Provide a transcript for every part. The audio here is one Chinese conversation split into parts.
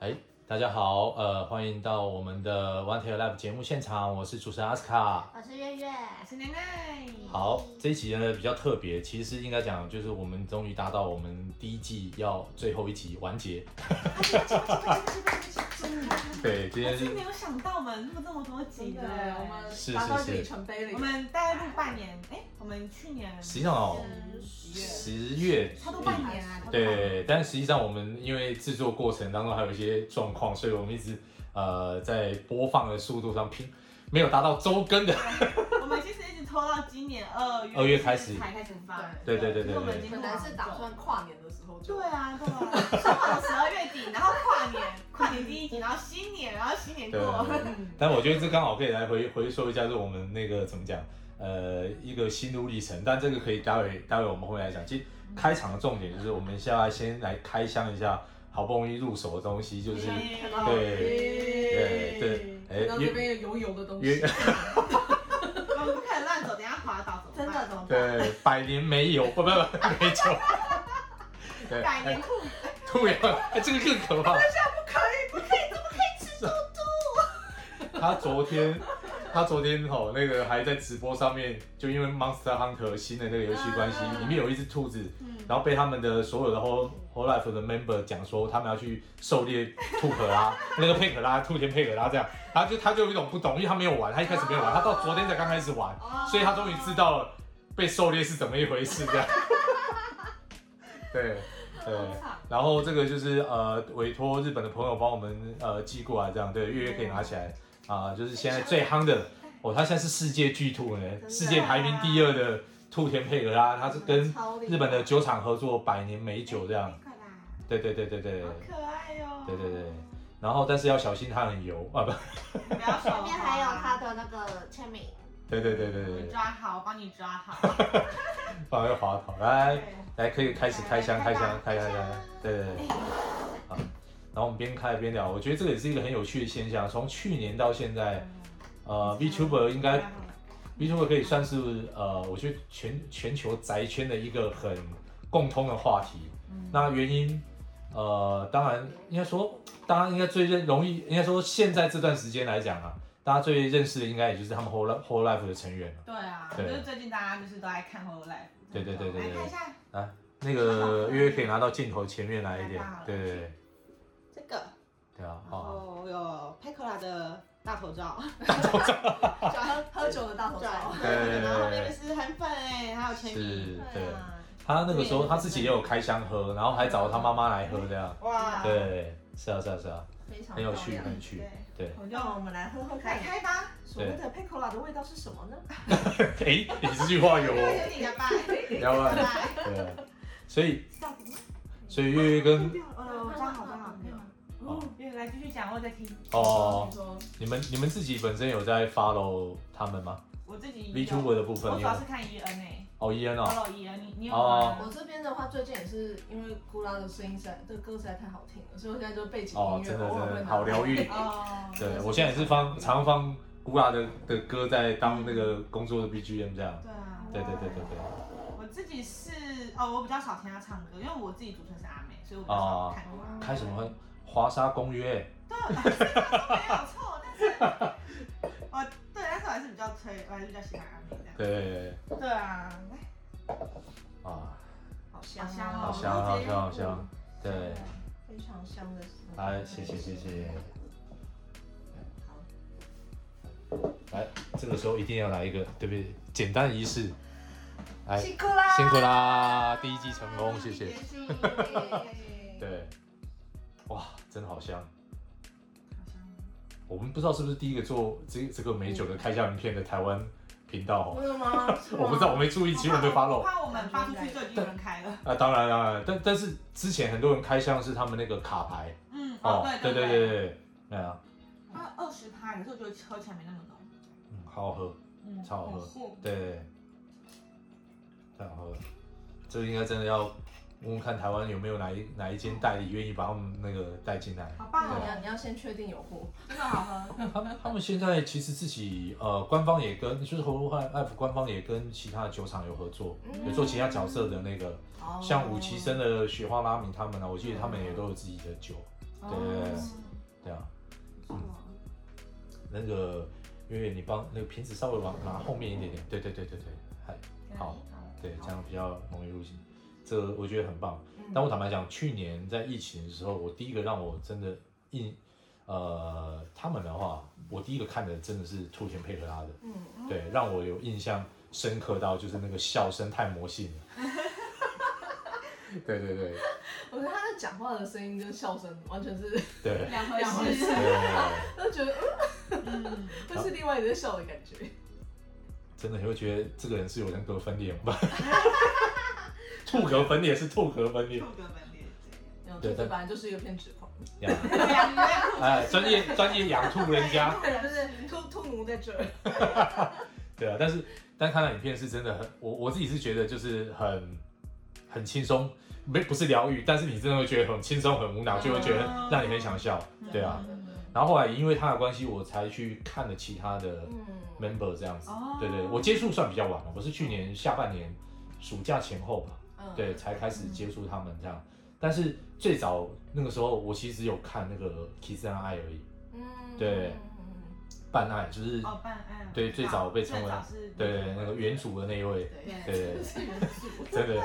哎大家好，呃，欢迎到我们的 One Tail Live 节目现场，我是主持人阿斯卡。我是月月，我是奶奶，好，这一集呢比较特别，其实应该讲就是我们终于达到我们第一季要最后一集完结。对，哦今我天是真没有想到我们录这么多集的，我们是达到是里是，程碑了。我们大概录半年，哎，我们去年实际上哦，嗯十十月差不多底半年啊，对，但实际上我们因为制作过程当中还有一些状况，所以我们一直呃在播放的速度上拼，没有达到周更的。我们其实一直拖到今年二月二月开始才开始发，对对对因为对我们已对，经本来是打算跨年的时候就。对啊，对啊，上好十二月底，然后跨年，跨年第一集，然后新年，然后新年对过，但我觉得这刚好可以来回回说一下，就是我们那个怎么讲，呃，一个心路历程。但这个可以待会待会我们会来讲。其实开场的重点就是我们现在先来开箱一下，好不容易入手的东西，就是看到对对，看到哎，这约边有油油的东约 西，我们不可能乱走，等一下滑倒怎真么办？的怎么办？对百年没有，不不不没酒， 对，百哎年裤兔羊，哎，这个更可怕。他昨天，他昨天吼、那个还在直播上面，就因为 Monster Hunter 新的那个游戏关系，嗯里面有一只兔子，嗯然后被他们的所有的 Whole Whole Life 的 member 讲说，他们要去狩猎兔可拉，那个佩可拉，兔田佩可拉这样，然后就他就有一种不懂，因为他没有玩，他一开始没有玩，他到昨天才刚开始玩，哦所以他终于知道了被狩猎是怎么一回事，这样。对对，然后这个就是呃委托日本的朋友帮我们呃寄过来，这样对，月月可以拿起来啊、就是现在最夯的哦，它现在是世界巨兔呢，世界排名第二的兔田佩格拉，它是跟超厉害日本的酒厂合作百年美酒这样，快啦，对对对对对好可爱哟、对对对，然后但是要小心它很油啊不，不要手滑后面还有他的那个签名，对对对对你对，抓好，我帮你抓好。不然会滑倒，来来可以开始开箱开箱开箱开箱，对对对。然后我们边开边聊，我觉得这个也是一个很有趣的现象。从去年到现在，呃，VTuber 应该 VTuber 可以算是呃，我觉得全全球宅圈的一个很共通的话题。那原因，呃，当然应该说，大家应该最认容易，应该说现在这段时间来讲啊，大家最认识的应该也就是他们 Whole Life- Whole Life 的成员了。对啊，对就是最近大家就是都爱看《后来，对对对对来看一对，下，啊，那个约可以拿到镜头前面来一点太棒，了对对对，这个，对啊，然哦，后有佩克拉的大头照， 大头照，喝酒的大头照，对对对对然后那个是韩粉欸哎，还有签名，是，对对。啊，他那个时候他自己也有开箱喝，然后还找他妈妈来喝这样。嗯哇，对，是啊是啊是啊，非常很有漂趣亮很有趣。对，我就我们来喝喝来看，开吧，所谓的 Pecola 的味道是什么呢？哎，你这句话有这哦，是你的吧？要不然对啊，所以所以月月跟哦呃，抓好抓好，可以吗？哦哦，对来继续讲，我在听。哦，你说你们你们自己本身有在 follow 他们吗我自己有？VTuber 的部分我你主有要是看 E N 诶哦伊恩哦， ，follow E N，你你有哦吗我？这边的话，最近也是因为咕啦的声音实在，这个歌实在太好听了，所以我现在就背景哦音乐真的偶尔真会的拿好疗愈。哦，对我现在也是放常放古拉的的歌在当那个工作的 BGM 这样。对啊，对对对对对，我自己是哦，我比较少听他唱歌，因为我自己主唱是阿美，所以我比较少看过他。哦开什么华沙公约？对，啊我还是没有错，但是我对，但是我还是比较推，我还是比较喜欢阿美这样。对对啊，哎啊，好好香香哦，哦好香好香好香，对。非常香的。来，谢谢谢谢。来，这个时候一定要来一个，对不对？简单仪式。来，辛苦啦，辛苦啦，第一季成功，谢谢。对，哇，真的好香。我们不知道是不是第一个做这这个美酒的开箱影片的台湾频道哦，真的吗？嗯我不知道，我没注意，其实我没发 follow。怕我们发出去就已经有人开了。啊，当然当然，但但是之前很多人开箱是他们那个卡牌嗯，哦哦，，对对对对对，对，对啊，它二十趴，可是我觉得喝起来没那么浓。嗯，好好喝。嗯，超好喝很酷对，太好喝了。这个应该真的要问问看台湾有没有哪一哪一间代理愿意把他们那个带进来。好棒你哦，要你要先确定有货，真的好喝。他们他们现在其实自己呃，官方也跟就是红汉 F 呃官方也跟其他的酒厂有合作，嗯有做其他角色的那个，哦像武崎生的雪花拉米他们呢、啊，我记得他们也都有自己的酒。对，对啊，错啊那个月月你帮那个瓶子稍微往拿后面一点点，对对对对对，还好，对，这样比较容易入心。这我觉得很棒。但我坦白讲，去年在疫情的时候，我第一个让我真的印，呃，他们的话，我第一个看的真的是兔田佩和拉的，嗯，对，让我有印象深刻到就是那个笑声太魔性了。对对对我觉得他的讲话的声音跟笑声完全是， 对两两回回事事。对。就觉得嗯，嗯，会是另外一个笑的感觉。真的你会觉得这个人是有人格分裂吗？ 兔格分裂是兔格分裂臭哥本地这没有，对兔但子本来就是一个偏执狂，呀！样，哎，专业专业养兔人家， 就是兔兔奴在这儿。对啊。但是但看到影片是真的很，我我自己是觉得就是很很轻松，没不是疗愈，但是你真的会觉得很轻松很无脑，就会觉得哦让你很想笑，嗯对啊。然后后来也因为他的关系，我才去看了其他的嗯， member 这样子哦，对对，我接触算比较晚了，我是去年下半年暑假前后吧，嗯嗯对，才开始接触他们这样。但是最早那个时候，我其实只有看那个《Kiss and I》而已，嗯，对《办爱》就是、哦，办案，对最早被称为最早是对那个原主的那一位，对，对对是原著。真对的，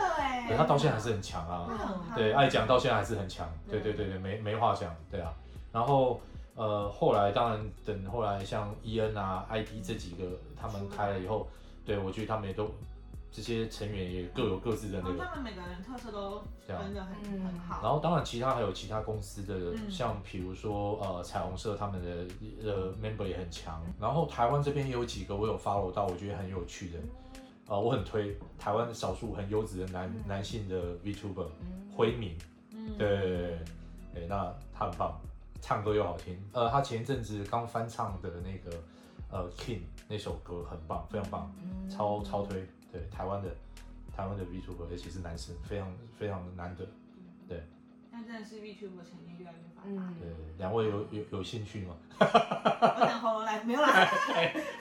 可他到现在还是很强嗯啊，对，爱讲到现在还是很强，对对对对对，没没话讲，对啊。然后呃，后来当然等后来像伊恩啊、ID 这几个他们开了以后，对我觉得他们也都这些成员也各有各自的那个他们每个人特色都对啊分的很嗯很好，然后当然，其他还有其他公司的，嗯像比如说呃彩虹社他们的呃 member 也很强。然后台湾这边也有几个我有 follow 到，我觉得很有趣的，呃，我很推台湾少数很优质的男、嗯男性的 VTuber 嗯辉明，嗯对对对对，那他很棒，唱歌又好听。呃，他前一阵子刚翻唱的那个呃 King 那首歌很棒，非常棒，超超推。对，台湾的台湾的 VTuber，而且是男生，非常非常难得。那真的是 VTuber 产业越来越发嗯对，两位有有有兴趣吗？达。我等喉咙来，没有啦，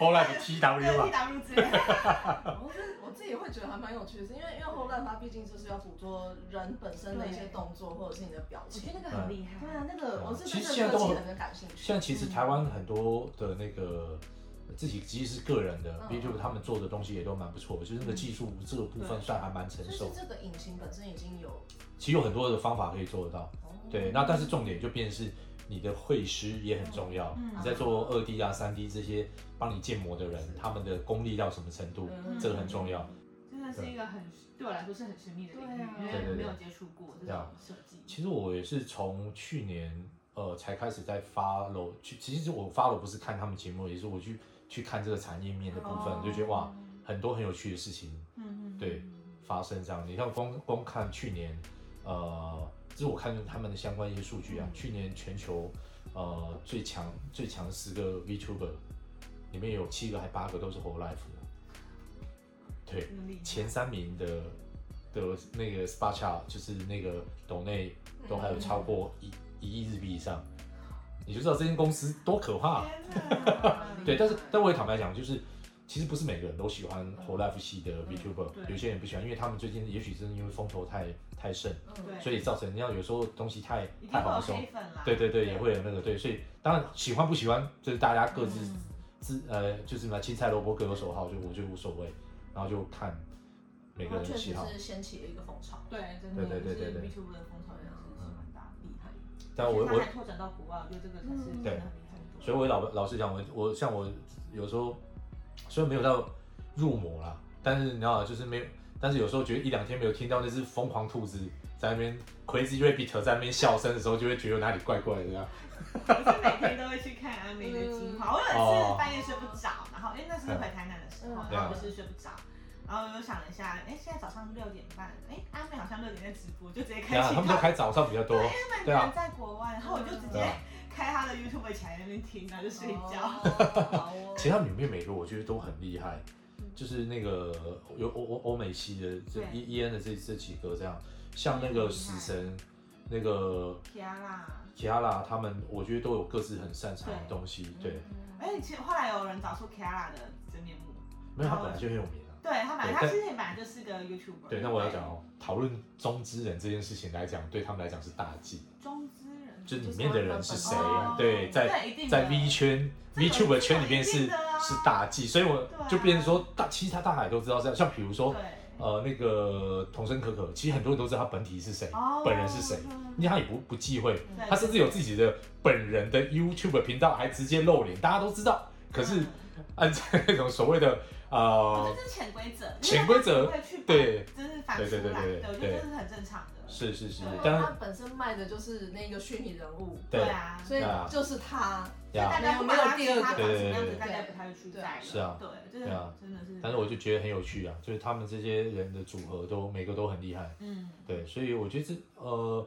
后来你 T W 对嘛， ，TW 之类的。我自我自己会觉得还蛮有趣的，是因为因为后浪它毕竟就是要捕捉人本身的一些动作或者是你的表我觉情。得那个很厉害对。啊，那个我是其对实这现在个都科技很很感兴趣现。在其实台湾很多的那个自己即使是个人的嗯 b t u b 他们做的东西也都蛮不错，就是那个技术这个部分对算还蛮成就熟是，这个引擎本身已经有。其实有很多的方法可以做得到。哦对，那但是重点就变成是你的会师也很重要，嗯你在做二 D 啊、三 D 这些帮你建模的人，他们的功力到什么程度，嗯这个很重要。真的是一个很对我来说是很神秘的领域，对啊因对对对为没有接触过这种设计。其实我也是从去年呃才开始在 follow，去其实我 follow 不是看他们节目，也是我去去看这个产业面的部分，哦就觉得哇，很多很有趣的事情嗯嗯，对嗯发生这样。你看光光看去年，呃，就是我看他们的相关一些数据啊，去年全球呃最强最强十个 VTuber 里面有七个还八个都是 Whole Life 的，对，真的厉害前三名的的那个 SPA c h a 就是那个斗内都还有超过一一亿日币以上，你就知道这间公司多可怕。啊天哪对，但是但我也坦白讲，就是其实不是每个人都喜欢 Whole Life 系的 VTuber，、嗯对有些人不喜欢，因为他们最近也许真的因为风头太太盛，嗯哦对所以造成你要有时候东西太一定太会好有的时候黑，粉啦。对对对，也会有那个对，所以当然喜欢不喜欢，就是大家各自、嗯自呃就是嘛青菜萝卜各有所好，就我就无所谓，然后就看每个它人确的实喜好。是掀起了一个风潮。对，真对的对对对对就是 VTuber 的风潮也是蛮大，厉害。但我我它还拓展到国外，我觉得这个才是真的很厉害。所以我老老实讲，我我像我有时候虽然没有到入魔啦，但是你知道，就是没有，但是有时候觉得一两天没有听到那只疯狂兔子在那边 crazy rabbit 在那边笑声的时候，就会觉得哪里怪怪的这样。我是每天都会去看阿美的精华。我有哦一次半夜睡不着，然后因为那是回嗯台南的时候，啊然后我就是睡不着，然后我又想了一下，哎，现在早上六点半，哎，阿美好像六点在直播，就直接开然后啊启他们都开早上比较多，因为对人啊，在国外，然后我就直对接啊。开他的 YouTube 起来那边听，然后就睡觉。哦好哦其实他们里面每个我觉得都很厉害，就是那个有欧欧欧美系的这对伊伊恩的这这几个这样，像那个死神那个。天啦！ k i a r a 他们，我觉得都有各自很擅长的东西，嗯对，而且其实后来有人找出 Kara 的真面目，没有他本来就很有名啊。对他对本来他但之前本来就是个 YouTuber。哦对，那我要讲哦，讨论中之人这件事情来讲，对他们来讲是大忌。中之人，哦就是里面的人是谁，啊对，在对，一定的在 V 圈、这 V 个 Tube 圈里面一是定的啊是大忌，所以我对啊就变成说大，其实他大海都知道这样，像比如说对，呃那个童声可可，其实很多人都知道他本体是谁，哦本人是谁，因为他也不不忌讳，对他甚至有自己的本人的 YouTube 频道，还直接露脸，大家都知道。可是嗯按照那种所谓的呃我觉得，这是潜规则，潜规则哦因为他不会去对把，就是反出对来，对对对对，我觉对得这是很正常的。是是是 对，当他然本身卖的就是那个虚拟人物，对啊，所以对啊就是他。所以呀，大家不管他其他长什么样对子，大家不太会去在意。是啊对，这对啊个真的是。但是我就觉得很有趣啊，就是他们这些人的组合都每个都很厉害， 嗯，对，所以我觉得这呃，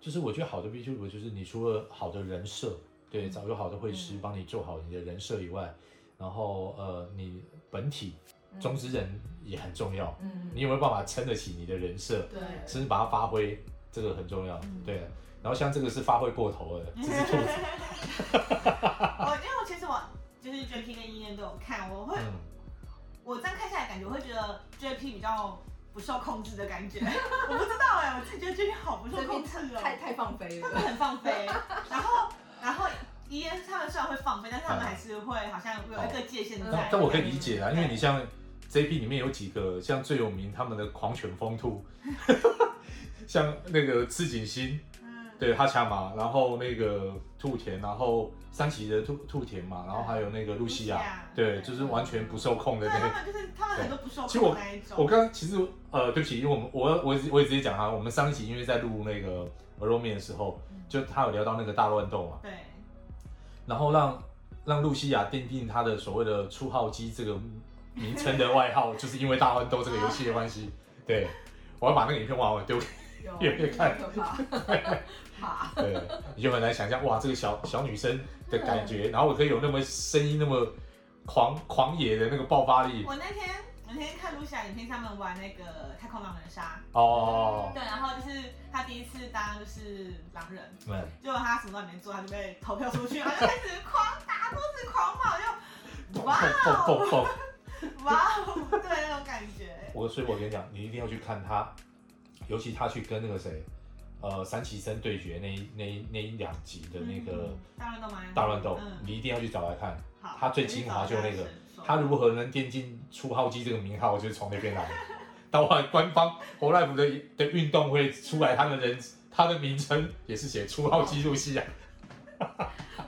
就是我觉得好的 B 站就是你除了好的人设，对，找有好的绘师帮你做好你的人设以外，然后呃，你本体中之人也很重要，嗯，你有没有办法撑得起你的人设，对，甚至把它发挥，这个很重要，对。啊然后像这个是发挥过头了，这是兔子，我因为我其实我就是 JP 跟英燕都有看，我会嗯，我这样看下来，感觉会觉得 JP 比较不受控制的感觉。我不知道哎，我自己觉得 JP 好不受这控边制太哦，太太放飞他们 了。很放飞，然后然后伊恩他们虽然会放飞，但是他们还是会好像有一个界限在那。但我可以理解啊，因为你像 JP 里面有几个像最有名他们的狂犬疯兔， 像那个赤井星，嗯对哈恰嘛，然后那个兔田，然后三崎的兔兔田嘛，然后还有那个露西露西亚亚，对，就是完全不受控的对那啊他个。们就是他们很多不受其实我控那一种。我刚刚其实呃，对不起，因为我们我我我也直接讲啊，我们上一集因为在录那个鹅肉面的时候，嗯就他有聊到那个大乱斗嘛，对，然后让让露西亚奠定她的所谓的初号机这个名称的外号，就是因为大乱斗这个游戏的关系。对，我要把那个影片完完丢给有也可以看可怕， 怕。对，你就很难想象哇，这个小小女生的感觉，然后我可以有那么声音那么狂狂野的那个爆发力我那天我那天看露西亚影片，他们玩那个太空狼人杀，哦，对，然后就是他第一次当就是狼人，嗯，结果他什么都还没做，他就被投票出去，然后就开始狂打桌子、狂跑，砰就哇 砰砰砰砰，哦哇哦，对那种感觉，我所以我跟你讲，你一定要去看他，尤其他去跟那个谁，呃，三崎生对决那一那一那一两集的那个嗯大乱斗吗？大乱斗，嗯，你一定要去找来看。好，他最精华就那个我去找一下他如何能奠定初号机这个名号，就是从那边来的。 到后来官方活 life 的的运动会出来，他的人他的名称也是写初号机露西亚，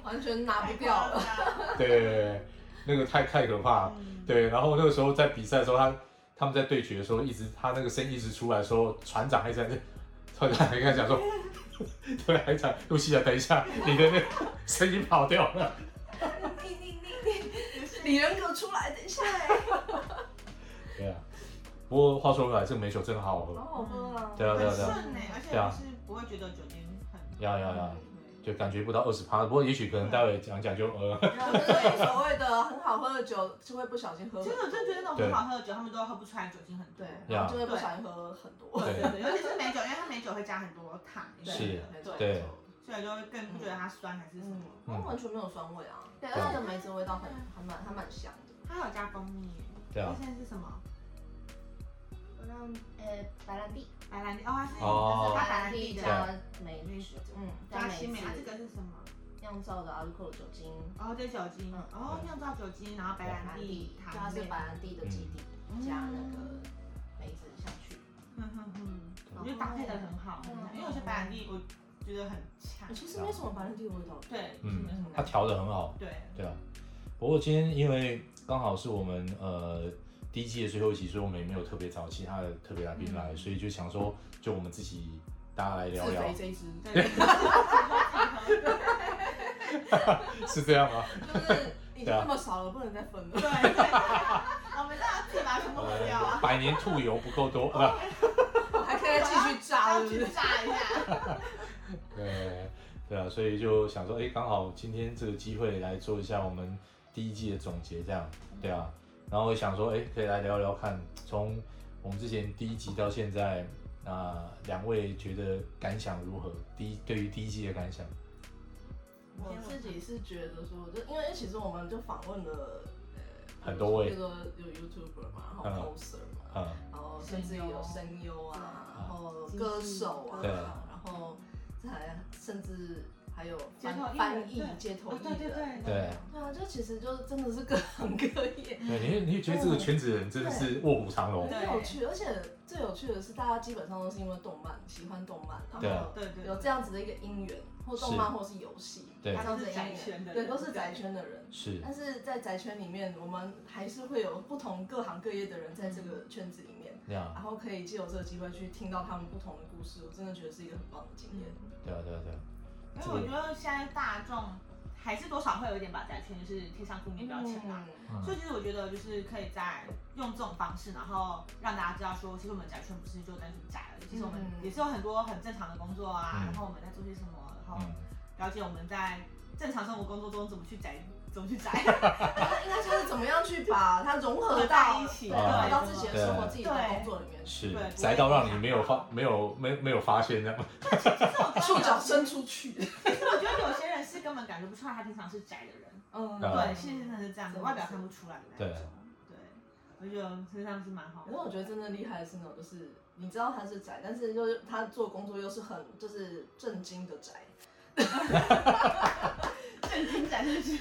完全拿不掉 了。太夸张了，对对对对，那个太太可怕了。嗯，啊对，然后那个时候在比赛的时候，他他们在对决的时候，一直他那个声音一直出来的时候，船长还在那，船长还跟他讲说， 对，还讲露西亚，啊等一下，你的那个声音跑掉了。你你嗯你你，李仁哥出来，等一下。对啊，不过话说回来，这个美酒真的好好喝。好好喝啊！对啊对啊很对啊顺呢，欸而且对啊就是不会觉得酒精很，要要要，就感觉不到二十趴。不过也许可能待会讲讲就呃， 我们所以所谓的很好喝的酒，就会不小心喝其很实我多。真觉得那种很好喝的酒，他们都喝不出来酒精很多对，，呀就会不小心喝很多。对对对，尤其是美酒，因为它美酒会加很多糖，对是没错对没错所以就会更不觉得它酸还是什么嗯。，它完全没有酸味啊。对，而且它的梅子味道很还蛮还蛮香的。它还有加蜂蜜耶，嗯对啊它现在是什么？我让呃白兰地，白兰地哦，它是哦就是它白白兰兰地地对的加梅酒，嗯，加西梅，它这个梅是什么？酿造的阿鲁克的酒精，哦，对，酒精，嗯哦，酿造酒精，然后白兰地就它糖是类，白兰地的基底，嗯加那个梅子下去，哼哼哼，我觉得搭配的很好，嗯因为我觉得白兰地我觉得很强我，其实没什么白兰地的味道。对，就是嗯没什么它感觉，调的很好，对，对啊。不过今天因为刚好是我们呃第一季的最后一集，所以我们也没有特别找其他的特别来宾嗯来，所以就想说就我们自己大家来聊自聊肥，这一支，对，对， 是这样吗？就是已经那么少了，不能再分了。我们都要自己把它全部喝掉呃啊，百年兔油不够多，呃还可以再继续炸，要是不去是？炸一下，不，对对啊，所以就想说，哎，刚好今天这个机会来做一下我们第一季的总结，这样，对啊。然后我想说，哎，可以来聊聊看，从我们之前第一集到现在，那、两位觉得感想如何？第一，对于第一季的感想，我自己是觉得说，就因为其实我们就访问了呃很多位这个有 YouTuber 嘛，然后 poser 嘛，嗯，然后甚至有声优啊，然后歌手啊，对然后再甚至还有街头翻艺翻人译对、街头啊艺对人，对对对哦对啊，这其实就是真的是各行各业，对，你会你会觉得这个圈子的人真的是卧虎藏龙，很有趣。而且最有趣的是，大家基本上都是因为动漫喜欢动漫，对然啊后对对对有这样子的一个因缘，或动漫或是游戏，对这样都子的是宅因缘圈的对，人都是对宅圈的人。是但是在宅圈里面，我们还是会有不同各行各业的人在这嗯个圈子里面，那样然，后可以借由这个机会去听到他们不同的故事，我真的觉得是一个很棒的经验。嗯对啊对啊对啊，因为这我个觉得现在大众还是多少会有一点把宅圈就是贴上负面嗯标签啦。所以其实我觉得就是可以在用这种方式，然后让大家知道说，其实我们宅圈不是就单纯宅而已，其实我们嗯也是有很多很正常的工作啊，嗯然后我们在做些什么，然后嗯，了解我们在正常生活工作中怎么去宅，怎么去 宅，应该就是怎么样去把它融合在到一起对融合到对自己的生活、对自己的工作里面去，是对宅到让你没有发没有没没有发现的，触角伸出去。我觉得有些人是根本感觉不出来他平常是宅的人，嗯，对对，是真的是这样子，真的是外表看不出来的那一种。对，我觉得身上是蛮好可的是。我觉得真的厉害的是那种，就是你知道他是宅，但是就是他做工作又是很就是正经的宅，正经宅是不是？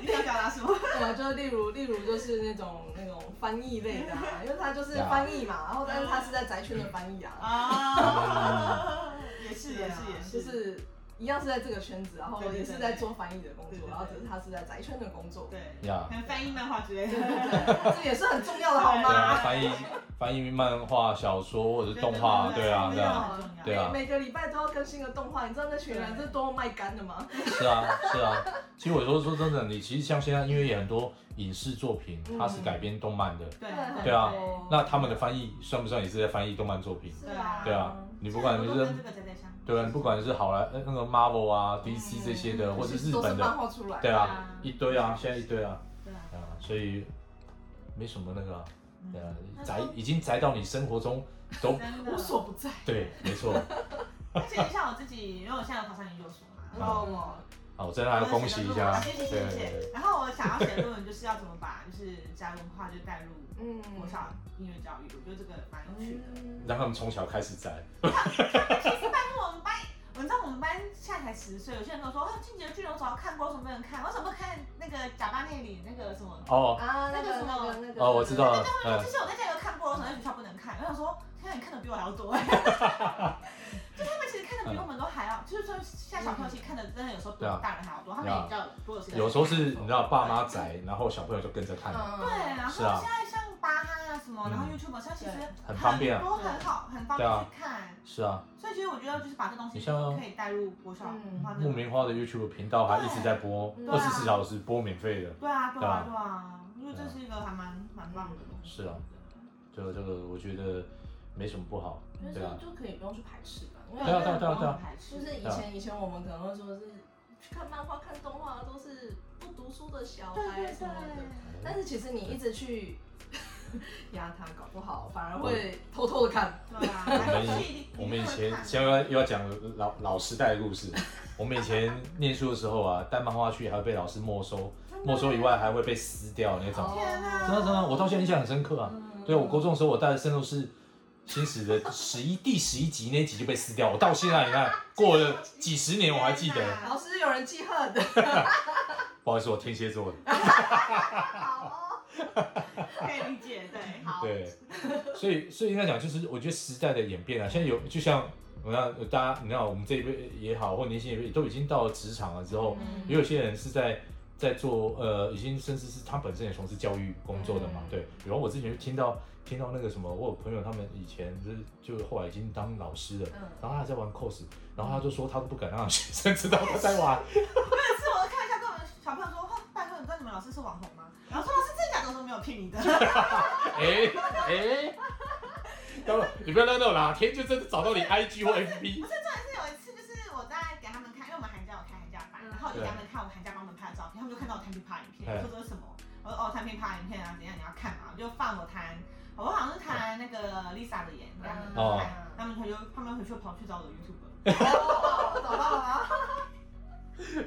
你想表达什 么？对啊，就是例如例如就是那种那种翻译类的、啊，因为他就是翻译嘛，然后但是他是在宅圈的翻译啊，啊，也是对也啊是也是，就是一样是在这个圈子，然后对对对也是在做翻译的工对对作，对然后只是他是在宅圈的工作，对，呀可能翻译漫画之类对的。对对，这也是很重要的好对啊，吗？翻译翻译漫画、小说或者是动画，对啊对啊，对啊每每个礼拜都要更新的动画，你知道那群人是多么卖干的吗？是啊是啊。其实我说说真的，你其实像现在，因为也很多影视作品它是改编动漫的，对对啊哦那他们的翻译算不算也是在翻译动漫作品？是对啊，嗯你不管就是是跟这个宅在相，对啊，你不管是好莱呃那个 Marvel 啊、DC 嗯这些的，或者其实日都是本漫的，画出来的，对对啊啊，一堆啊，现在一堆啊，对啊，啊，所以没什么那个啊，对啊，那宅都已经宅到你生活中都真的无所不在。对，没 错。而且像我自己，因为我现在有考上研究所嘛，然后哦我啊好，我真的要恭喜一下，啊谢谢谢谢。然后我想要写论文，就是要怎么把就是宅文化就带入嗯，国小音乐教育，我觉得这个蛮有趣的。让他们从小开始宅，因为我们班，我知道我们班现在才十岁，有些人跟我说，啊，《进击的巨人》我早就看过，为什么没有人看？为什么不看那个贾巴内里那个什么？哦啊，那那个个什什么么那个哦，我知道了，其嗯，实我在家有看过，为什么在学校不能看？我想说，天啊，你看的比我还要多 哎！就他们其实嗯看的比我们都还要，就是说现在小朋友其实看的真的有时候比我们大人还要多，他们也比较多的是。啊有时候是你知道爸妈宅，然后小朋友就跟着看，对，嗯，然后是啊现在像巴哈啊什么，然后嗯 YouTube 像其实对很方便啊很多很好，很方便去看。是啊，所以其实我觉得就是把这东西你像可以带入国小嗯文化这个木棉花的 YouTube 频道还一直在播，对二十四小时播免费的，对啊，对对啊啊，对啊，因为这是一个还蛮蛮棒的东西。是啊，这个这个我觉得没什么不好，那时对候啊，就可以不用去排斥吧，因对为对啊对啊对啊不用排斥就是以前以前我们可能会说是去看漫画、看动画都是不读书的小对对孩对什么的，但是其实你一直去 压他，搞不好反而会偷偷的看。对啊，我们还有以我们以前看现在又要讲老老时代的故事，我们以前念书的时候啊， 带漫画去还会被老师没收，没收以外还会被撕掉那哦种。天啊真的真的，我到现在印象很深刻啊。对，我国中的时候，我带的圣斗士星矢的十一第十一集那一集就被撕掉，我到现在你看过了几十年我还记得天。哪老师有人 记恨，不好意思，我天蝎座的。好可以理解，对，好，对，所以所以应该讲就是，我觉得时代的演变啊，现在有就像我看大家，你看我们这一辈也好，或年轻一辈都已经到了职场了之后，嗯也有些人是在在做呃，已经甚至是他本身也从事教育工作的嘛，嗯对。比方我之前就听到听到那个什么，我有朋友他们以前就是就后来已经当老师了，嗯然后他还在玩 cos，然后他就说他都不敢让学生知道他在玩，有一次我看一下跟我们小朋友说，哦，拜托，你知道你们老师是网红吗？然后说老师真假的，我说没有骗 你的，哎哎。当然，你不要乱弄啦，哪天就真的找到你 IG 或 FB，是有一次，就是我在给他们看，因为我们寒假有开寒假班，然后我就给他们看我寒假帮他们拍的照片，他们就看到我弹琵琶影片，我说这是什么？我说哦，弹琵琶影片啊，怎样你要看嘛？我就放我弹，我好像是弹那个 Lisa 的演，然哦后他们看，他们就他们回去跑去找我的 YouTube，哦找到了吗？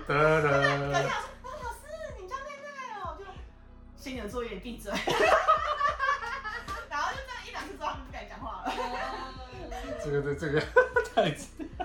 得得然后他说啊老师，你叫奈奈哦，我就新的作业你闭 嘴，然后就这样一两次之后，他们就不敢讲话了。这个这这个 太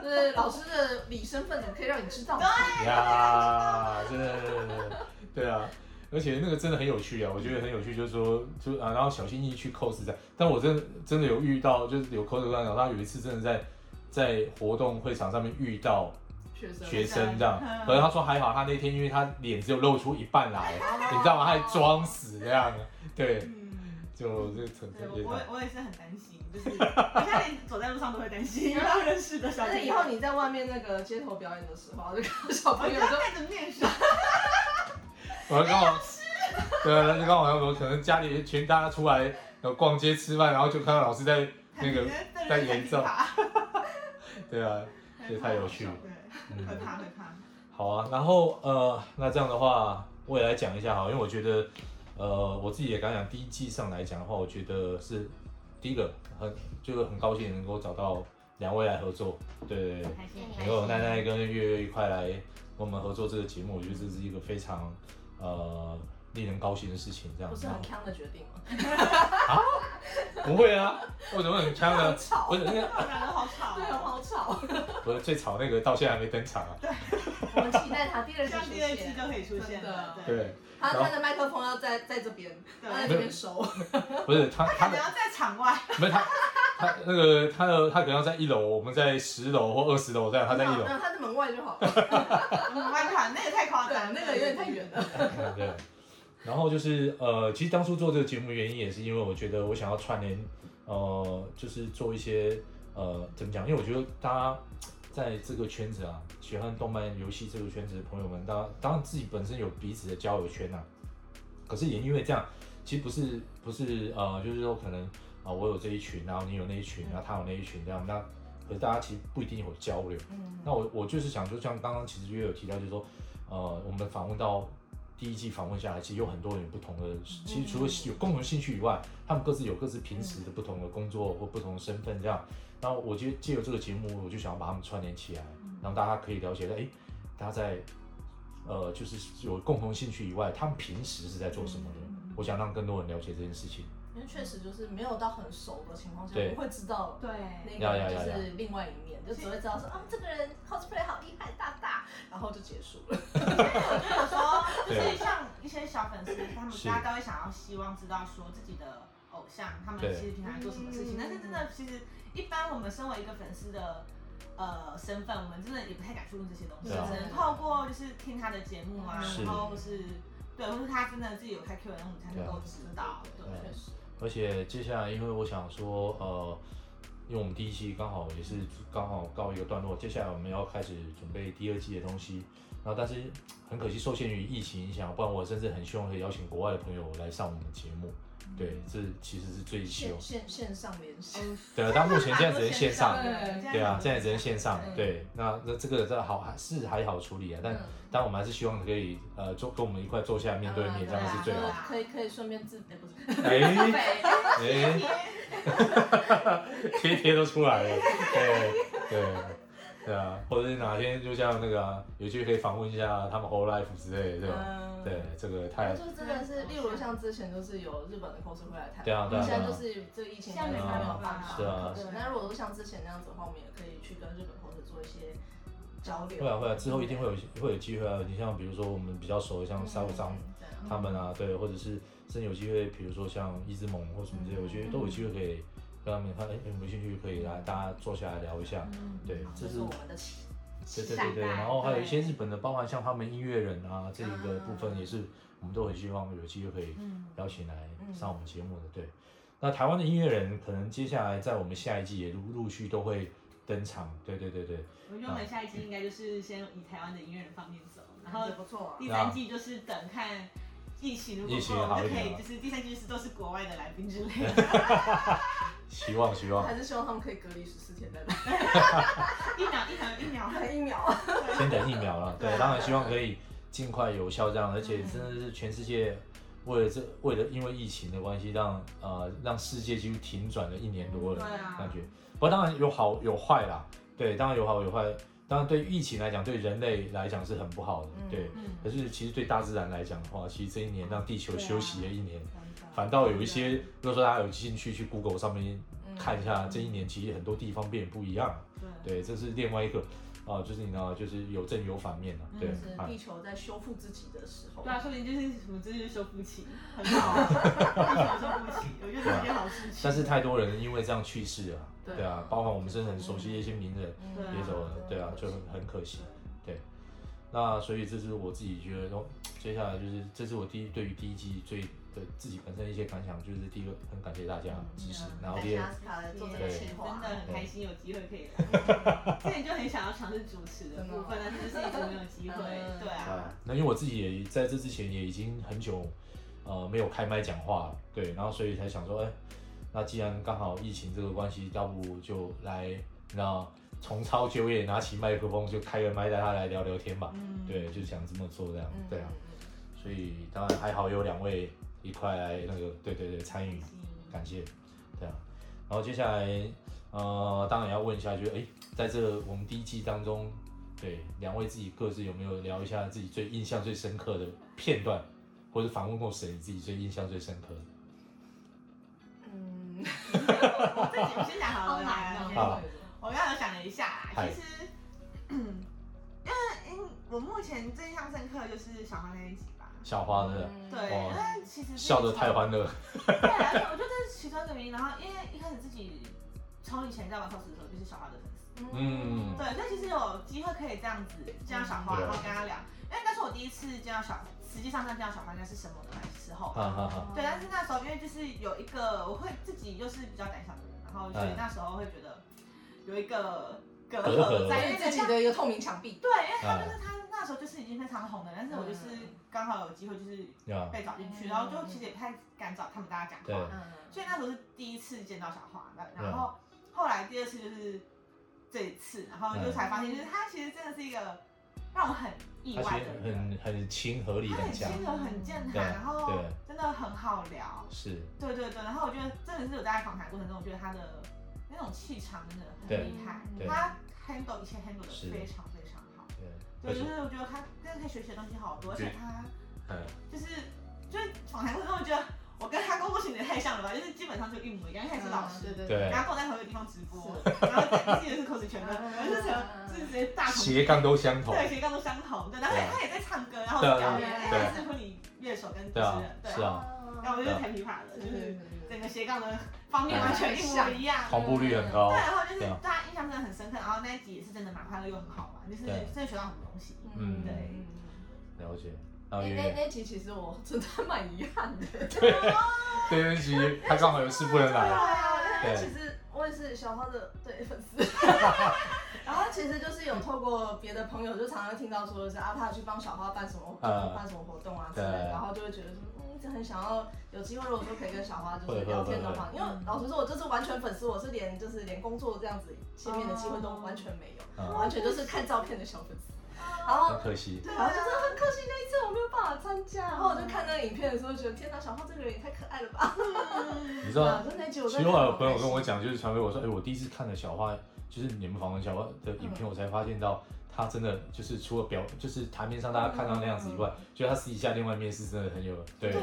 对，对老师的理身份怎么可以让你知道？对，呀，真的，对啊，而且那个真的很有趣啊，我觉得很有趣，就是说，就啊，然后小心翼翼去 cos 在，但我真的真的有遇到，就是有 cos 班长，他有一次真的在在活动会场上面遇到学生学生这样，可是他说还好，他那天因为他脸只有露出一半来，你知道吗？他还装死这样，对，嗯，就这个特 对特别我大我也我也是很担心， 就是我现在连走在路上都会担心，遇到认识的小但是朋以友，后你在外面那个街头表演的时候，就看到小我朋一友定要就带着面纱，我刚好，对啊，就刚好像我可能家里全大家出来呃逛街吃饭，然后就看到老师在那 个，戴眼罩对啊，这太有趣了对，嗯会怕会怕，好啊，然后呃，那这样的话，我也来讲一下哈，因为我觉得，呃，我自己也刚讲第一季上来讲的话，我觉得是第一个很就是很高兴能够找到两位来合作，对对对，开心嗯能开心够有奈奈跟月月一块来跟我们合作这个节目，我觉得这是一个非常呃令人高兴的事情，这样 不子是很强的决定吗？不会啊，为什么很 呛呢？吵 不，是，因为他们两个好吵对，很哦，好 吵。不是最吵那个到现在还没登场啊，我们期待他第二季像出第二季就现。可以出现了，真的对，他他的麦克风要在在这边，对他在这边收。不是他可他能的要在场外，没有他他那个他的他可能要在一楼，我们在十楼或二十楼这样，他在一楼没，有他在门外就好了。外团那也太夸对啊张，，那个有点太远了。对。然后就是呃，其实当初做这个节目原因也是因为我觉得我想要串联，呃，就是做一些呃怎么讲？因为我觉得大家在这个圈子啊，喜欢动漫、游戏这个圈子的朋友们，当当然自己本身有彼此的交友圈啊，可是也因为这样，其实不是不是呃，就是说可能啊、我有这一群，然后你有那一群，然后他有那一群这样，那可是大家其实不一定有交流。嗯，那我我就是想说，像刚刚其实也有提到，就是说，呃，我们访问到第一季访问下来，其实有很多人有不同的，其实除了有共同兴趣以外，他们各自有各自平时的不同的工作或不同的身份这样。然后我就借由这个节目，我就想要把他们串联起来，让大家可以了解到，哎，大家在呃，就是有共同兴趣以外，他们平时是在做什么的。我想让更多人了解这件事情。因为确实就是没有到很熟的情况下，对不会知道对，那个人就是另外一面，就只会知道说啊，这个人 cosplay 好厉害，大大，然后就结束了。有时候就是哦像一些小粉丝，他们是大家都会想要希望知道说自己的偶像他们对其实平常做什么事情，嗯但是真的其实一般我们身为一个粉丝的。呃，身份我们真的也不太敢去问这些东西，对啊只能透过就是听他的节目啊，是然后是，对，或是他真的自己有开 Q&A，我们才能够知道，对，确实，而且接下来，因为我想说，呃，因为我们第一期刚好也是刚好告一个段落，接下来我们要开始准备第二季的东西。然后，但是很可惜，受限于疫情影响，不然我甚至很希望可以邀请国外的朋友来上我们的节目。对，这其实是最希望线。线线上联系，对，啊但目前现在只能线上，对对啊，现在只能线上嗯。对，那那这个这好还是还好处理啊，但但我们还是希望可以呃，坐跟我们一块坐下面对面，这样是最好对的。啊可以可以顺便自，哎不是，哎。嗯对，哎，贴贴都出来 了，对对对啊，或者是哪天就像那个、啊、有机会可以访问一下他们 Whole Life 之类的，对吧？嗯对，，这个太就真的是，例如像之前就是有日本的 cosplay 来台湾，对啊对啊对啊现在就是这个疫情现在没没办法办办法法，是啊对。那如果说像之前那样子的话，我们也可以去跟日本 cos 做一些交流。会啊会啊，之后一定会有会有机会啊。你像比如说我们比较熟的像嗯沙鲁张这样他们啊，对，或者是真有机会，比如说像一之盟或什么这些，我觉得都有机会可以跟他们看，哎，有没有兴趣可以来大家坐下来聊一下，对，这这是是嗯我们的期对对对期待。对，待然后还有一些对日本的，包含像他们音乐人啊这一个部分，嗯也是我们都很希望有机会可以嗯邀请来嗯上我们节目的。对，那台湾的音乐人可能接下来在我们下一季也陆陆续都会登场。对对对对，我觉得我们下一季应该就是先以台湾的音乐人方面走，然后也不错啊，第三季就是等看疫情如果疫情过了，我好们一就可点以啊就是第三季就是都是国外的来宾之类 的，希望希望还是希望他们可以隔离十四天再 来，一秒一秒一秒，还一秒。先等疫苗了。 对对，啊当然希望可以尽快有效这样，而且真的是全世界。为了这，为了因为疫情的关系，让呃让世界几乎停转了一年多了对，啊感觉。不过当然有好有坏啦，对，当然有好有坏。当然对疫情来讲，对人类来讲是很不好的，嗯对。可是其实对大自然来讲的话，其实这一年让地球对啊休息了一年，反反倒有一些，如果说大家有兴趣去 Google 上面嗯看一下，这一年其实很多地方变得不一样。对，对，这是另外一个啊，就是你知道，就是有正有反面啊，对嗯是，啊地球在修复自己的时候。对啊，说不定就是什么，这就是修复期，很好 啊，这就是修复期，我觉得是一件好事情。但是太多人因为这样去世了啊，对对啊，包含我们真的很熟悉的一些名人嗯，对啊也走了，对啊，就很很可惜。那所以这是我自己觉得，哦，接下来就是这是我第一对于第一季最的自己本身的一些感想，就是第一个很感谢大家支持，然后感第谢二阿斯卡来啊做这个对企划真的，很对开心有机会可以来，之前就很想要尝试主持的部分，但是就是一直没有机会嗯。对啊啊，，那因为我自己也在这之前也已经很久呃没有开麦讲话了，对，然后所以才想说，哎、那既然刚好疫情这个关系，倒不如就来那重操旧业，拿起麦克风就开个麦，带他来聊聊天吧。嗯，对，就想这么做这样，嗯对啊，所以当然还好有两位一块来那个，对对对，参与，感谢，对啊。然后接下来，呃，当然要问一下，就是哎，在这我们第一季当中，对两位自己各自有没有聊一下自己最印象最深刻的片段，或者访问过谁自己最印象最深刻的？我嗯，自哦己我先讲好了，来好来好来我刚刚有想了一下啦，嗨其实， 因为因为我目前最印象深刻的就是小花那一集吧。小花的，嗯对，哇因为其实哦笑得太欢乐。 乐，对，而且我觉得这是其中一个原因。然后因为一开始自己从以前在玩 cos 的时候就是小花的粉丝，嗯对，所以其实有机会可以这样子见到小花，对啊然后跟她聊。因为那是我第一次见到小，实际上上见到小花应该是什么的时候。哈哈哈，对，啊但是那时候因为就是有一个，我会自己又是比较胆小的人，然后所以嗯那时候会觉得有一个隔隔阂阂在，因为对自人己家的一个透明墙壁。对，因为啊他就是他那时候就是已经非常红的，但是我就是刚好有机会就是呀，被找进去，嗯然后就其实也不太敢找他们大家讲对话，嗯，所以那时候是第一次见到小花，那然后后来第二次就是这一次，然后就才发现，就是他其实真的是一个让我很意他其外实的人，很很亲和力他很很强，亲和、很健对谈，然后对真的很好聊，是，对对对，然后我觉得真的是有在访谈过程中，我觉得他的那种气场真的对很厉害对，他 handle 一切 handle 的是非常非常好，对，而对，且就，是我觉得他真的可以学习的东西好多，而且对他。嗯，就是就是访谈过程中，我觉得我跟他工作性质也太像了吧，就是基本上就一模一样，因为他也是老嗯师，对对然后跟我在同一个地方直播，然后自己也是口齿全科，嗯然后就是整个就是直接大同斜杠都相同，对斜杠都相同，对，然后对啊他也在唱歌，然后表演，因对为啊他是婚礼乐手跟主对啊持人，，对是，啊，然后哦我就对啊太疲乏了，就对对是对整个斜杠的方面完全一模一样。同步率很高对，，然后就是对啊大家印象真的很深刻，然后那一集也是真的蛮快乐又很好玩，就是对真的学到很多东西。嗯对了解。然后那圆那圆，那集其实我真的蛮遗 憾的，对不起，他刚好有事不能对来，啊，因对为其实我也是小花的对粉丝， 然后其实就是有透过别的朋友，就常常听到说是啊，他有去帮小花办什么活嗯动，办什么活动啊之类的，对然后就会觉得说，嗯，一直很想要有机会，如果说可以跟小花就会是聊天会的话，因为老实说，我就是完全粉丝，我是连就是连工作这样子见面的机会都完全没有，嗯完全就是看照片的小粉丝，然后很可惜。对啊，就是很可惜那一次我没有办法参加。然后我就看那个影片的时候，觉得天哪，小花这个人也太可爱了吧！你知对道啊，，就那一集我其真实的我很有朋友跟我开心，讲，就是传给我说，哎，我第一次看了小花，就是你们访问小花的影片，我才发现到她真的就是除了表，就是台面上大家看到那样子以外，觉得她私底下另外一面是真的很有对。对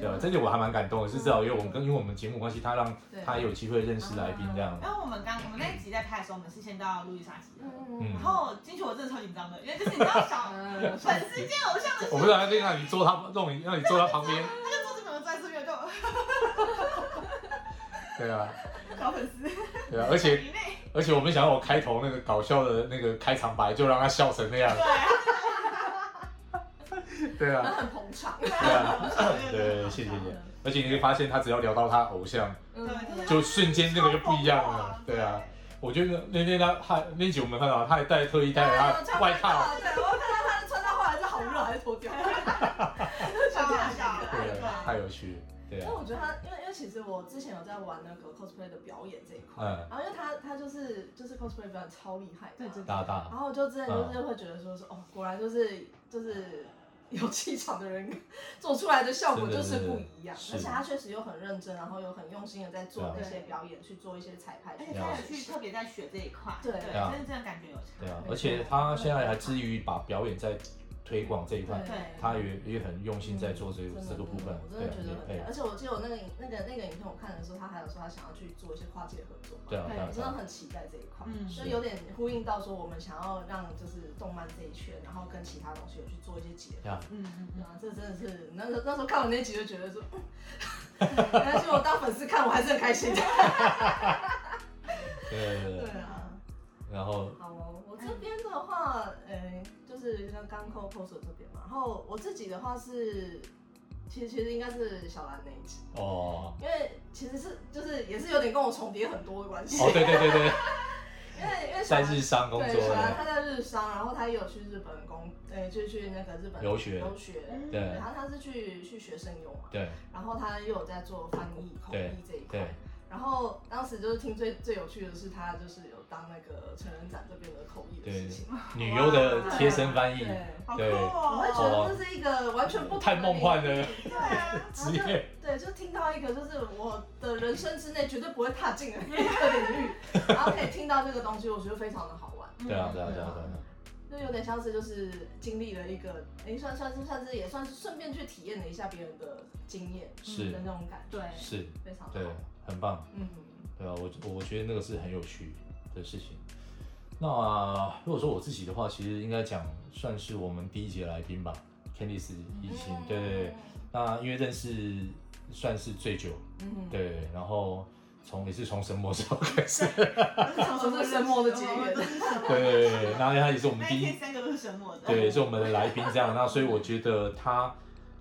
对，啊这点我还蛮感动的，是至少因为我们跟因为我们节目关系，他让对他有机会认识来宾这样因。为我们刚我们那一集在拍的时候，我们是先到路易莎集合，嗯然后进去我真的超紧张的，因为就是你知道小嗯粉丝见偶像的时我候，不知道他让你坐他，让你让你坐他旁边，他就坐这边我坐在这边，就对啊，小粉丝，对啊，而且迷妹，而且我们想要我开头那个搞笑的那个开场白，就让他笑成那样。对啊，很捧场，对对，谢谢你。而且你会发现，他只要聊到他偶像，对，嗯，是就瞬间那个就不一样了。对啊，，我觉得那天他他那集我们看到，他还带特意带了他的外套。对，我看到他穿到后来是好热还是脱掉，超好笑，对啊，太有趣了。对但啊，我觉得他，因为因为其实我之前有在玩那个 cosplay 的表演这一块，嗯，然后因为他他就是就是 cosplay 表演超厉害的啊，对真的大大然后就之前嗯就是会觉得说是、哦，果然就是就是 有气场的人 做出来的效果就是不一样，是的是的而且他确实又很认真，然后又很用心的在做对啊那些表演，去做一些彩排而去且做他一有些去事特别在学这一块，对，真的真的感觉有差，对啊，而且他现在还至于把表演再推广这一块，对他也也很用心在做这个真的这个部分，嗯真对的啊觉得很对厉啊害。而且我记得我那个影那个那个影片我看的时候，他还有说他想要去做一些跨界合作嘛，对啊对啊我对真的啊，很期待这一块，嗯就是有点呼应到说我们想要让就是动漫这一圈，然后跟其他东西有去做一些结合。呀嗯嗯嗯，对啊，这真的是那时候那时候看我那集就觉得说，嗯 但是我当粉丝看我还是很开心的。对对对对对，啊，然后好哦，我这边的话，呃、就是像刚 co pose 这边嘛，然后我自己的话是，其实其实应该是小兰那一集，哦因为其实是就是也是有点跟我重叠很多的关系，哦对对对对， 因为因为小在兰日商工对，作小兰的，她在日商，然后她也有去日本工，呃，就去那个日本留学留学，嗯对然后她是去去学生用嘛，对然后她又有在做翻译口对译这一块对。然后当时就是听最最有趣的是，她就是有当那个成人展这边的口译的事情，女优的贴身翻译，对好酷对我会觉哦！得这是一个完全不同的太梦幻了对对啊，职业，对，就听到一个就是我的人生之内绝对不会踏进的一个领 域，然后可以听到这个东西，我觉得非常的好玩，对啊对啊对对啊啊对啊，就有点像是就是经历了一个，哎，算算是算是也算是顺便去体验了一下别人的经验是的那种感觉，对，是，非常对好，，很棒。嗯，对啊，我我觉得那个是很有趣的事情。那如果说我自己的话，其实应该讲算是我们第一节来宾吧，Candice 怡情，对对嗯对。那因为认识算是最久，嗯，对，然后从也是从神魔之 后开始，从这是神魔的结缘都是神魔对对对，然后他也是我们那第一一天三个都是神魔的，对，也是我们的来宾这样。那所以我觉得他，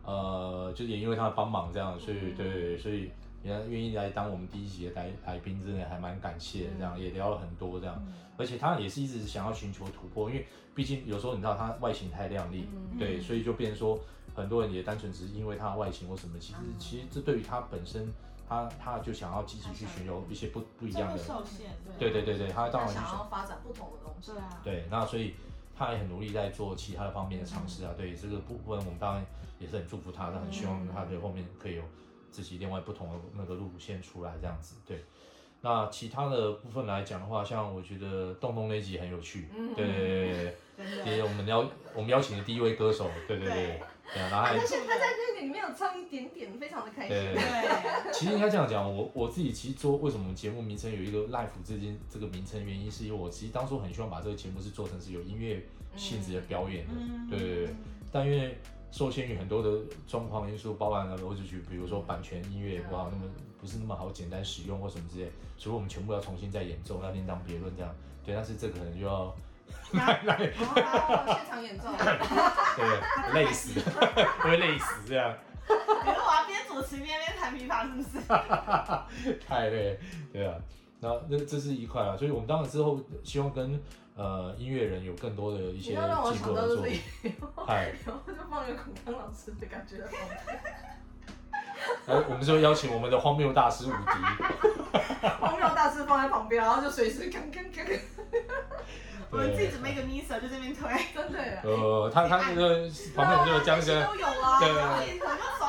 呃，就是也因为他的帮忙这样，所以对，所以人愿意来当我们第一集的来来宾，真的还蛮感谢的这样，也聊了很多这样。而且他也是一直想要寻求突破，因为毕竟有时候你知道他外形太靓丽，嗯对，所以就变成说很多人也单纯只是因为他的外形或什么，其实其实这对于他本身，他他就想要积极去寻求一些不不一这样会的，受限，对对对对，他当他然就想想要发展不同的东西，对啊，对，那所以他也很努力在做其他的方面的尝试啊。对这个部分，我们当然也是很祝福他，但很希望他可以后面可以有自己另外不同的那个路线出来这样子。对，那其他的部分来讲的话，像我觉得洞洞那一集很有趣，嗯对对对对真对，的也。我们邀我们邀请的第一位歌手，对对对对对啊，然后他还在他在那个里面有唱一点点，非常的开对心，对，其实应该这样讲，我我自己其实做为什么我们节目名称有一个 life 这件这个名称，原因是因为我其实当初很希望把这个节目是做成是有音乐性质的表演的，嗯对对对。但因为受限于很多的状况因素，包含了我就举，比如说版权音乐也不好，那么不是那么好简单使用或什么之类，所以我们全部要重新再演奏，那另当别论这样。对，但是这可能就要 哦现场 演奏，对累死，会累死这样。你说我要边主持边边弹琵琶，是不是？太累，对啊。那那这是一块啊，所以我们当然之后希望跟呃音乐人有更多的一些你要让我技想术到合就作是。嗨， 然后就放一个孔康老师的感觉，呃，我们就邀请我们的荒谬大师武迪，荒谬大师放在旁边，然后就随时看看看，我们自己准备一个 miser 就这边推，真的耶。呃，他他那个旁边就有江哥，都有啊，对然后你怎么手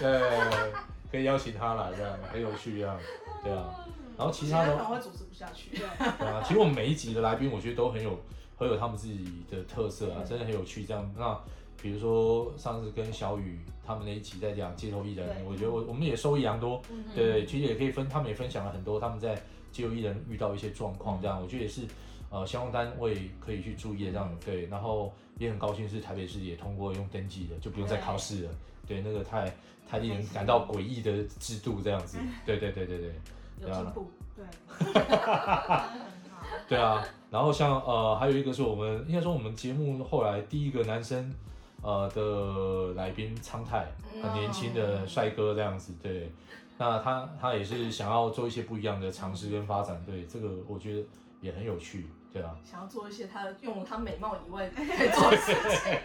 对，可以邀请他来这样，很有趣这样，对啊。然后其他可的能会主持不下去。对啊，其实我们每一集的来宾，我觉得都很有，很有他们自己的特色啊，真的很有趣。这样，那比如说上次跟小雨他们那一集在讲街头艺人，对我觉得我我们也受益良多。啊嗯对，其实也可以分，他们也分享了很多他们在街头艺人遇到一些状况，这样我觉得也是。呃，相关单位可以去注意的这样对，然后也很高兴是台北市也通过用登记的，就不用再考试了。对，那个太太令人感到诡异的制度这样子。对对对对对。有进步， 对，对啊，然后像呃，还有一个是我们应该说我们节目后来第一个男生呃的来宾苍泰，很年轻嗯的帅哥这样子，对。那他他也是想要做一些不一样的尝试跟发展，对这个我觉得也很有趣，对啊，想要做一些他用他美貌以外可以做的事情。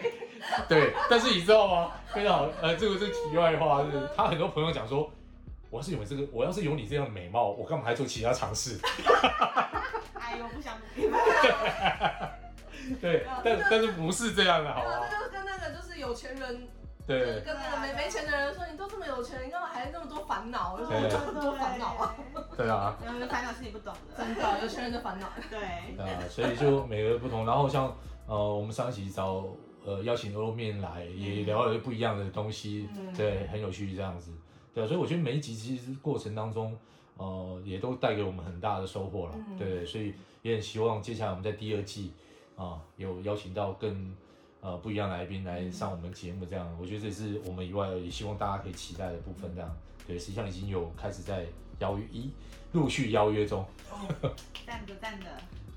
对。但是你知道吗？非常好，呃，这个是题外话，是他很多朋友讲说，我要是有这个，我要是有你这样的美貌，我干嘛还做其他尝试？ 哎呦，不想理你们。对，但但是不是这样的，好对不啊好？这就跟那个就是有钱人，就是对跟那个没没钱的人说，你都这么有钱，你干嘛还那么多烦恼？我就说对我就很多烦恼啊，对啊。然后烦恼是你不懂的，真的有钱人的烦恼。对，啊，所以就每个不同。然后像呃，我们上一期找呃邀请牛肉面来，也聊了不一样的东西，嗯对，很有趣这样子，对啊，所以我觉得每一集其实过程当中，呃，也都带给我们很大的收获了，嗯对，所以也很希望接下来我们在第二季啊、有邀请到更呃不一样的来宾嗯来上我们节目，这样，我觉得这是我们以外也希望大家可以期待的部分，这样，对，实际上已经有开始在邀约一陆续邀约中，赞的赞的，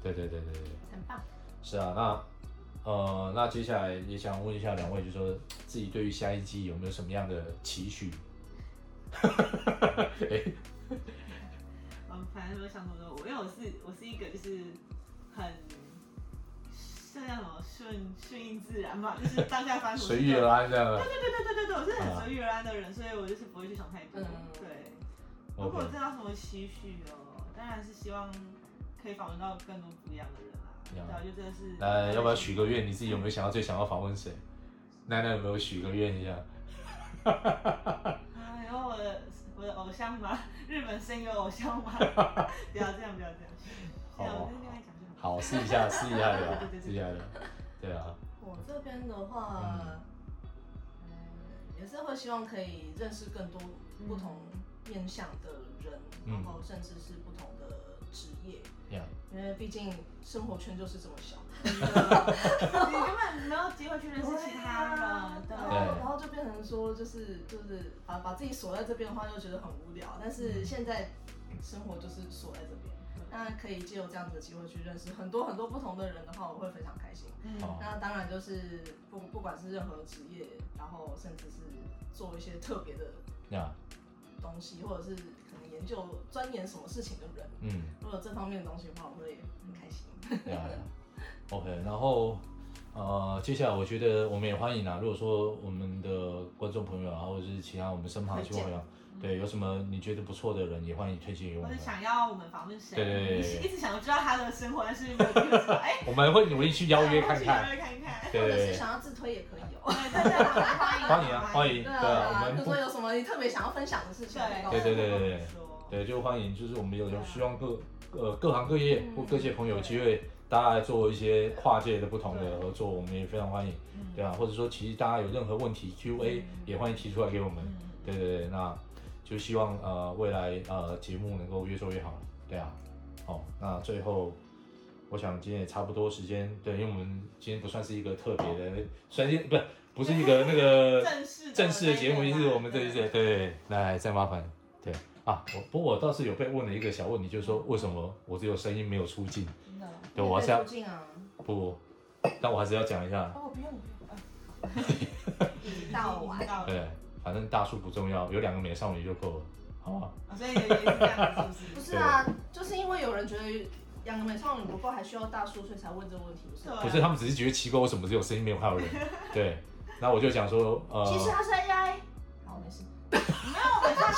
对对对对对。很棒。是啊，那呃，那接下来也想问一下两位，就说自己对于下一季有没有什么样的期许？哎，嗯，反正没有想那么多，我因为我是我是一个就是很是那种顺顺应自然嘛，就是当下发生什么事随遇而安这样的。对对对对对，我是很随遇而安的人，所以我就是不会去想太多。嗯对，如 OK，果真的有什么期许哦，当然是希望可以访问到更多不一样的人啦。呀对啊，就真的是。来，要不要许个愿？你自己有没有想要最想要访问谁？奈奈有没有许个愿一下？啊，有我的我的偶像吗？ 日本声优偶像 吗？不要这样，不要这样。好对啊，我就是跟他讲就好。好，试一下，试一下聊对对对，对试一下聊。对啊，我这边的话，嗯，也是会希望可以认识更多不同面向的人，嗯然后甚至是不同的职业，这样因为毕竟生活圈就是这么小。你根本没有机会去认识其他 人，然对后对啊然后就变成说，就是就是把把自己锁在这边的话，就觉得很无聊。但是现在生活就是锁在这边，那可以借由这样子的机会去认识很多很多不同的人的话，我会非常开心。嗯，好那当然就是不不管是任何职业，然后甚至是做一些特别的这样，东西，或者是可能研究钻研什么事情的人，嗯，如果有这方面的东西的话，我会很开心。对啊。OK，然后呃，接下来我觉得我们也欢迎啊，如果说我们的观众朋友啊，或者是其他我们身旁的亲朋友，对，有什么你觉得不错的人，也欢迎推荐给我嗯或们者。想要我们访问谁，对对对对你是一直想要知道他的生活，但是没有机会知道。哎，我们会努力去邀约看邀看，约看看。对啊或者对是对，想要自推也可 以哦。对对对，欢迎欢迎啊，欢迎。迎，对啊，啊，我比们如不说，有什么你特别想要分享的事情，对对对对对对对对对，就欢迎，就是我们有有希望各呃各行各业或各界朋友有机会，大家来做一些跨界的不同的合作，我们也非常欢迎，对啊，或者说其实大家有任何问题 Q&A 也欢迎提出来给我嗯们。对对对，那就希望呃未来呃节目能够越做越好，对啊，好、那最后我想今天也差不多时间，对，因为我们今天不算是一个特别的，算是不是不是一个那个正式的正式的节目，那一一定种是啦我们这一届，对，来再麻烦，对啊，我不过我倒是有被问了一个小问题，就是说为什么我只有声音没有出镜？真的。对我还是要对出镜啊，不，但我还是要讲一下，哦，不用不用，啊一到晚已经。到了，对，反正大叔不重要，有两个美少女就够了，好吧？啊所以也是这样子，是不不是？是啊，就是因为有人觉得养个美少女不够，还需要大叔，所以才问这个问题，不是吗？不是，他们只是觉得奇怪，为什么只有声音没有还有 人？对，那我就讲说，呃，其实他是 AI。好，没事。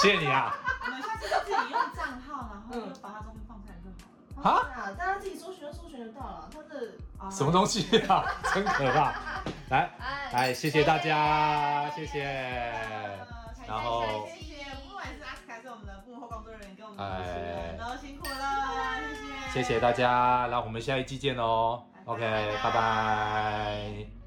谢谢你啊，我们下次就自己用账号，然后就把它照片放上来就好了。啊啊，大家自己搜寻就搜寻得到了，他的啊什么东西啊，真可怕！来，哎来，谢谢大家，谢谢。哎然然后后，呃谢谢，不管是阿斯卡是我们的幕后工作人员，跟我们的主持哎人都辛苦了，谢谢谢，谢大。家，那我们下一季见喽拜拜哦，OK，拜拜。